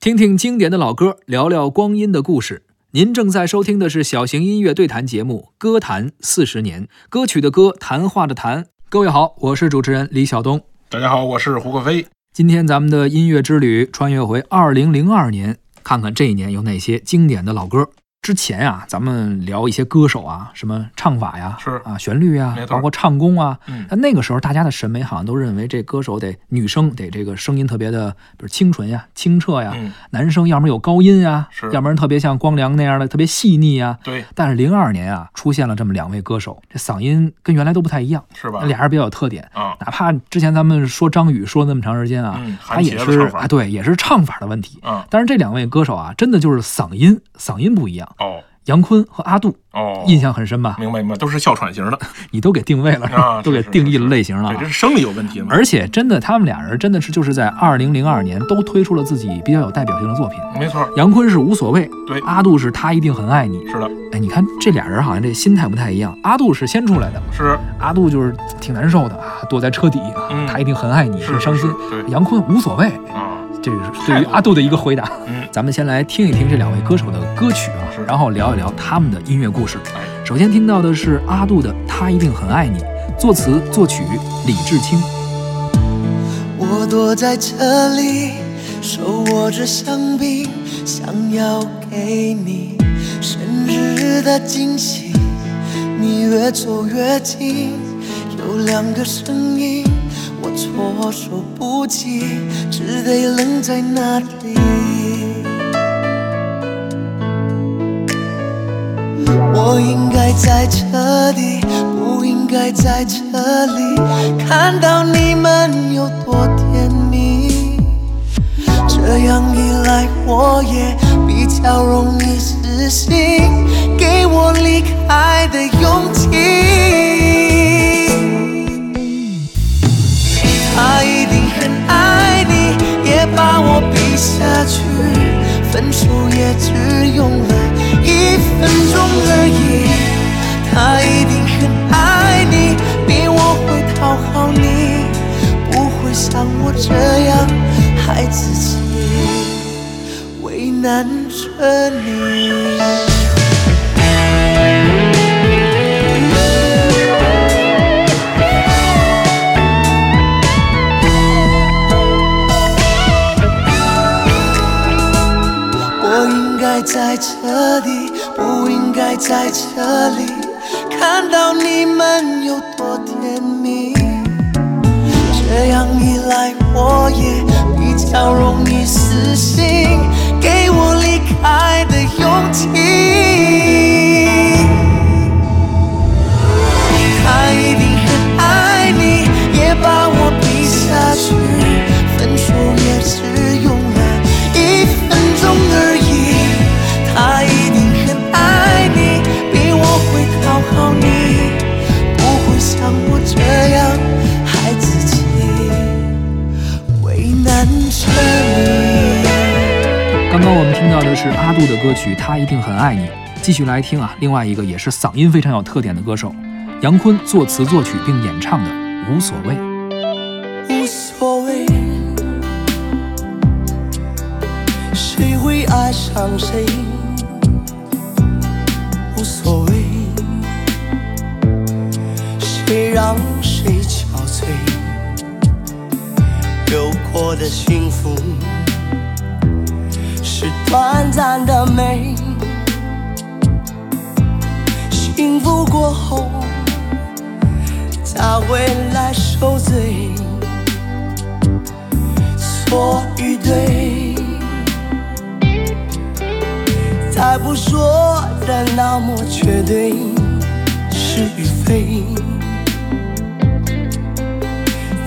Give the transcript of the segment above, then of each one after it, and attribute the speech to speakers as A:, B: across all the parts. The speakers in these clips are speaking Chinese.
A: 听听经典的老歌，聊聊光阴的故事。您正在收听的是小型音乐对谈节目《歌坛四十年》，歌曲的歌，谈话的谈。各位好，我是主持人李晓东。
B: 大家好，我是胡克飞。
A: 今天咱们的音乐之旅穿越回二零零二年，看看这一年有哪些经典的老歌。之前啊，咱们聊一些歌手啊，什么唱法呀，
B: 是
A: 啊，旋律啊
B: 没，错
A: 包括唱功啊。
B: 嗯
A: 但那个时候大家的审美好像都认为这歌手得女生得这个声音特别的，比如清纯呀、清澈呀；
B: 嗯，
A: 男生要么有高音啊，
B: 是
A: 要不然特别像光良那样的特别细腻啊。
B: 对，
A: 但是零二年啊，出现了这么两位歌手，这嗓音跟原来都不太一样，
B: 是吧
A: 那？俩人比较有特点。
B: 啊，
A: 哪怕之前咱们说张宇说那么长时间啊，
B: 嗯，
A: 他
B: 韩
A: 也
B: 邪的
A: 是
B: 唱
A: 啊，
B: 法
A: 对，也是唱法的问题。
B: 啊，
A: 但是这两位歌手啊，真的就是嗓音，嗓音不一样。
B: 哦
A: 杨坤和阿杜
B: 哦，
A: 印象很深吧？
B: 明白明白，都是哮喘型的，
A: 你都给定位了，
B: 啊
A: 都给
B: 是是
A: 定义了
B: 是
A: 类型了
B: 对，。这是生理有问题嘛？
A: 而且真的，他们俩人真的是就是在二零零二年都推出了自己比较有代表性的作品。
B: 没错，
A: 杨坤是无所谓，
B: 对
A: 阿杜是他一定很爱你。
B: 是的，
A: 哎，你看这俩人好像这心态不太一样。阿杜是先出来的，
B: 是
A: 阿杜就是挺难受的啊，躲在车底啊，
B: 嗯
A: 他一定很爱你，很
B: 是
A: 伤心。，
B: 是是
A: 杨坤无所谓，
B: 对啊，
A: 这是对于阿杜的一个回答。
B: 嗯，
A: 咱们先来听一听这两位歌手的歌曲啊
B: 是，
A: 然后聊一聊他们的音乐故事。
B: 哎，
A: 首先听到的是阿杜的《他一定很爱你》，作词作曲李志清。
C: 我躲在这里，手握着香槟，想要给你生日的惊喜。你越走越近，有两个声音，我措手不及，只得愣在那里。我应该在这里，不应该在这里，看到你们有多甜蜜。这样一来，我也比较容易死心，给我离开的勇气。他一定很爱你，也把我比下去，分手也只用了一分钟而已。他一定很爱你，比我会讨好你，不会像我这样害自己，为难着你。我应该在这里，不应该在这里，看到你们有多甜蜜。这样一来，我也比较容易死心，给我离开的勇气。他一定很爱你，也把我比下去，分手也只用了一分钟而已。他一定很爱你，比我会讨好你，不会像我这样害自己，为难着你。
A: 刚刚我们听到的是阿杜的歌曲《他一定很爱你》。继续来听啊，另外一个也是嗓音非常有特点的歌手，杨坤作词作曲并演唱的《无所谓》。
C: 无所谓，谁会爱上谁，无所谓，谁让谁憔悴，有过的幸福是短暂的美，幸福过后。他会来受罪，错与对，再不说的那么绝对，是与非，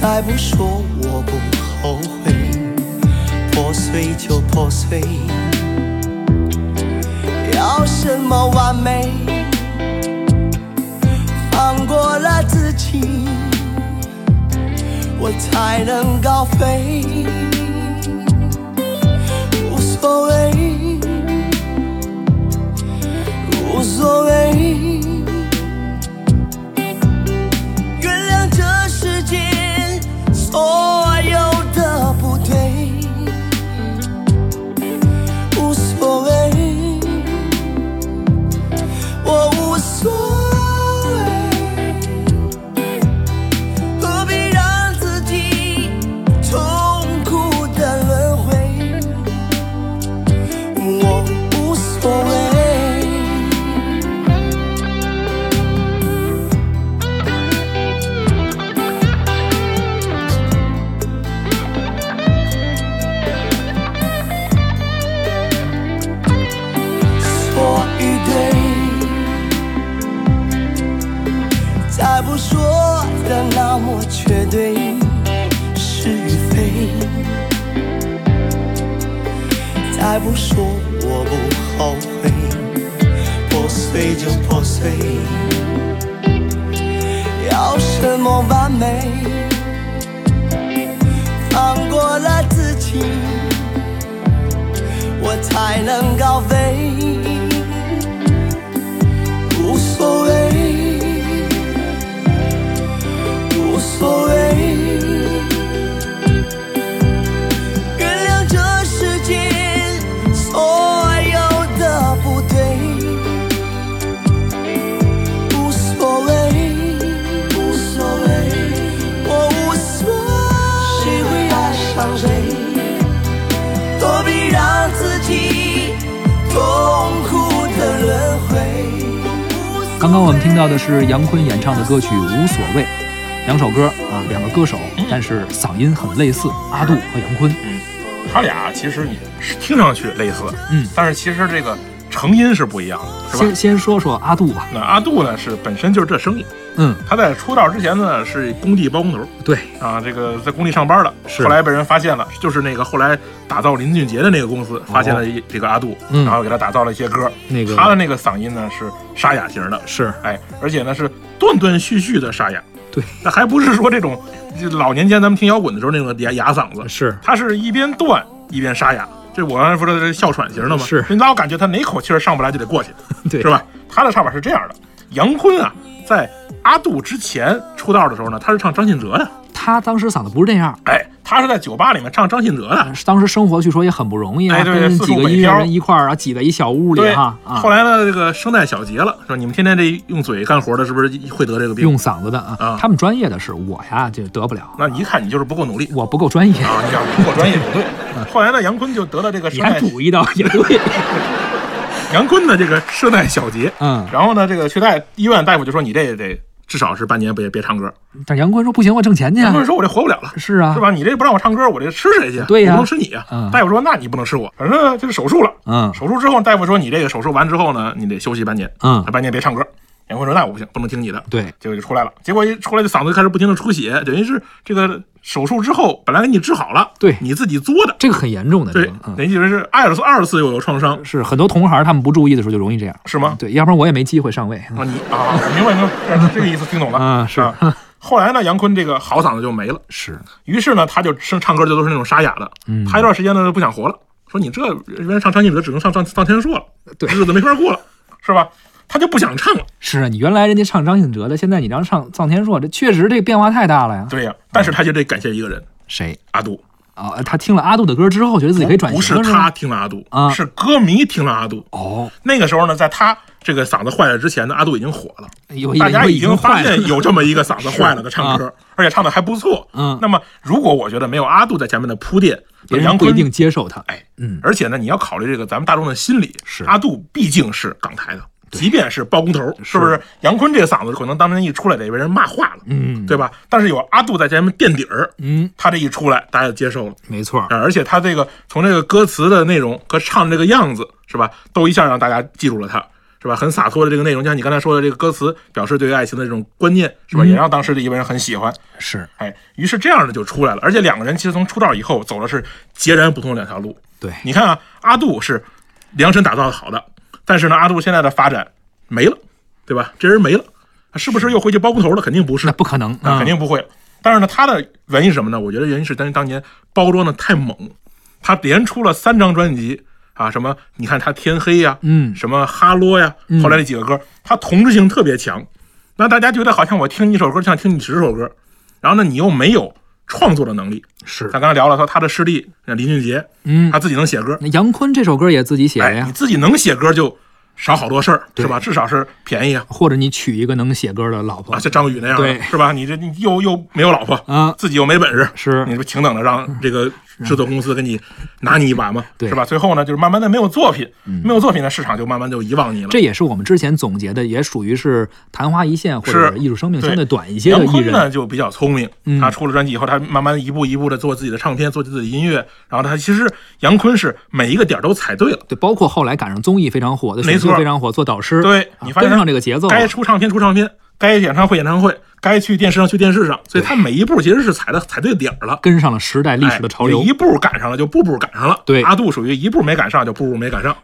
C: 再不说我不后悔，破碎就破碎，要什么完美？放过了自己，我才能高飞。无所谓，无所谓，原谅这世界所有的不对，不说的那么绝对是与非，再不说我不后悔，破碎就破碎，要什么完美？放过了自己，我才能高飞。无所谓，无所谓。原谅这世界所有的不对，无所谓，无所谓，我无所谓。谁会爱上谁，何必让自己痛苦的轮回？
A: 刚刚我们听到的是杨坤演唱的歌曲《无所谓》，两首歌啊，两个歌手，但是嗓音很类似，阿杜和杨坤。
B: 嗯他俩其实也是听上去类似，
A: 嗯，
B: 但是其实这个成因是不一样的，是
A: 先
B: 吧？
A: 先说说阿杜吧，
B: 那阿杜呢是本身就是这生意，
A: 嗯，
B: 他在出道之前呢是工地包工头
A: 对，
B: 啊，这个在工地上班的，
A: 是
B: 后来被人发现了，就是那个后来打造林俊杰的那个公司发现了一这个阿杜，
A: 嗯
B: 然后给他打造了一些歌，
A: 那个
B: 他的那个嗓音呢是沙哑型的，
A: 是
B: 哎，而且呢是断断续续的沙哑，
A: 对，
B: 那还不是说这种就老年间咱们听摇滚的时候那种哑哑嗓子，
A: 是，
B: 他是一边断一边沙哑。这我刚才说的是哮喘型的嘛，
A: 是
B: 你老感觉他哪口气儿上不来就得过去，
A: 对，
B: 是？吧？他的唱法是这样的：杨坤啊，在阿杜之前出道的时候呢，他是唱张信哲的，
A: 他当时嗓子不是那样，
B: 哎，他是在酒吧里面唱张信哲的。
A: 当时生活据说也很不容易啊，
B: 哎对
A: 跟
B: 四
A: 几
B: 处
A: 个
B: 北
A: 音乐
B: 漂
A: 人一块儿啊，挤在一小屋里
B: 对，
A: 哈啊
B: 后，来呢，这个声带小结了，说你们天天这用嘴干活的，是不是会得这个病
A: 用？嗓子的啊
B: 啊，
A: 他们专业的是我呀，就得不了，
B: 那你一看你就是不够努力
A: 我不够专业，
B: 啊！你想通过专业不对。后来呢，杨坤就得了这个
A: 嗯你
B: 声
A: 还
B: 带，
A: 补一刀也 对，
B: 杨坤的这个声带小结。
A: 嗯，
B: 然后呢，这个去大医院，大夫就说你这得至少是半年别别唱歌。
A: 但杨坤说不行，我挣钱去啊
B: 杨，坤说我这活不了了。
A: 是啊，
B: 是吧？你这不让我唱歌，我这吃谁去？
A: 对呀
B: 我不能吃你啊！
A: 嗯
B: 大夫说，那你不能吃我，反正就是手术了。
A: 嗯
B: 手术之后，大夫说你这个手术完之后呢，你得休息半年，啊
A: 嗯
B: 半年别唱歌。杨坤说那我不行，不能听你的，
A: 对，
B: 结果就出来了。结果一出来就嗓子开始不停的出血，等于是这个手术之后本来给你治好了，
A: 对
B: 你自己作的，
A: 这个很严重的，这
B: 对
A: 个，嗯
B: 等于就是二次二次又有创伤，
A: 是很多同行他们不注意的时候就容易这样，
B: 是吗？
A: 对，要不然我也没机会上位。
B: 啊，你啊，明白明白，这个意思听懂了
A: 啊嗯是
B: 啊后来呢，杨坤这个好嗓子就没了。
A: 是，
B: 于是呢，他就唱唱歌就都是那种沙哑的。
A: 嗯
B: 他一段时间呢就不想活了，说你这原来唱张信哲只能上上上天硕了，
A: 对
B: 日子没法过了，是吧？他就不想唱了。
A: 是啊，你原来人家唱张信哲的，现在你让唱臧天朔，这确实这个变化太大了呀。
B: 对呀、但是他就得感谢一个人，
A: 谁
B: 阿杜。
A: 啊、他听了阿杜的歌之后，觉得自己可以转
B: 不
A: 型
B: 是
A: 了，
B: 他
A: 吗？
B: 听了阿杜，
A: 啊
B: 是歌迷听了阿杜。
A: 哦，
B: 那个时候呢，在他这个嗓子坏了之前呢，阿杜已经火了，
A: 有
B: 大家
A: 已
B: 已经发
A: 坏了啊
B: 现有这么一个嗓 子坏了的唱歌，而且唱的还不错。
A: 嗯
B: 那么如果我觉得没有阿杜在前面的铺垫，
A: 别人
B: 杨
A: 不一
B: 坤
A: 定接受他。
B: 哎，
A: 嗯
B: 而且呢，你要考虑这个咱们大众的心理。
A: 是
B: 阿杜毕竟是港台的，即便是包工头，是不是？杨坤这个嗓子可能当年一出来得被人骂化了，
A: 嗯
B: 对吧？但是有阿杜在前面垫底儿，
A: 嗯，
B: 他这一出来，大家就接受了。
A: 没错
B: 啊，而且他这个从这个歌词的内容和唱这个样子，是吧，都一下让大家记住了他，是吧？很洒脱的这个内容，就像你刚才说的这个歌词，表示对于爱情的这种观念，是
A: 嗯
B: 吧？也让当时的一般人很喜欢。
A: 是
B: 哎，于是这样的就出来了。而且两个人其实从出道以后走的是截然不同的两条路。
A: 对
B: 你看啊，阿杜是量身打造的好的，但是呢，阿杜现在的发展没了，对吧？这人没了，是不是又回去包工头了？肯定不是
A: 那，不可能，
B: 啊，
A: 嗯
B: 肯定不会。但是呢，他的原因是什么呢？我觉得原因是当当年包装的太猛，他连出了三张专辑啊，什么你看他天黑呀、
A: 嗯
B: 什么哈罗呀，后来那几个歌，他同质性特别强，那大家觉得好像我听一首歌就像听你十首歌，然后呢，你又没有创作的能力。
A: 是
B: 咱刚才聊了说他的师弟呃林俊杰，
A: 嗯
B: 他自己能写歌，
A: 那杨坤这首歌也自己写的
B: 哎，
A: 呀
B: 你，自己能写歌就少好多事儿，是吧？至少是便宜啊，
A: 或者你娶一个能写歌的老婆
B: 啊，像张宇那样
A: 对
B: 的，是吧？你这你又又没有老婆，
A: 啊
B: 自己又没本事，
A: 是嗯
B: 你不请等着让这个制作公司给你拿你一把吗？
A: 对嗯
B: 是吧？最后呢，就是慢慢的没有作品，没有作品呢，市场就慢慢就遗忘你了。
A: 这也是我们之前总结的，也属于是昙花一现或者
B: 是
A: 艺术生命相对
B: 对
A: 短一些的
B: 杨
A: 艺
B: 坤
A: 人。嗯
B: 呢就比较聪明，他出了专辑以后，他慢慢一步一步的做自己的唱片，做自己的音乐。然后他其实杨坤是每一个点儿都踩对了，
A: 对，包括后来赶上综艺非常火的，
B: 没
A: 选秀
B: 错
A: 非常火，做导师，
B: 对
A: 啊
B: 你发现
A: 跟上这个节奏了，
B: 该出唱片出唱片，该演唱会演唱会，该去电视上去电视上，所以他每一步其实是踩的踩对点儿了。
A: 跟上了时代历史的潮流
B: 哎、你。一步赶上了就步步赶上了。
A: 对
B: 阿杜属于一步没赶上就步步没赶上。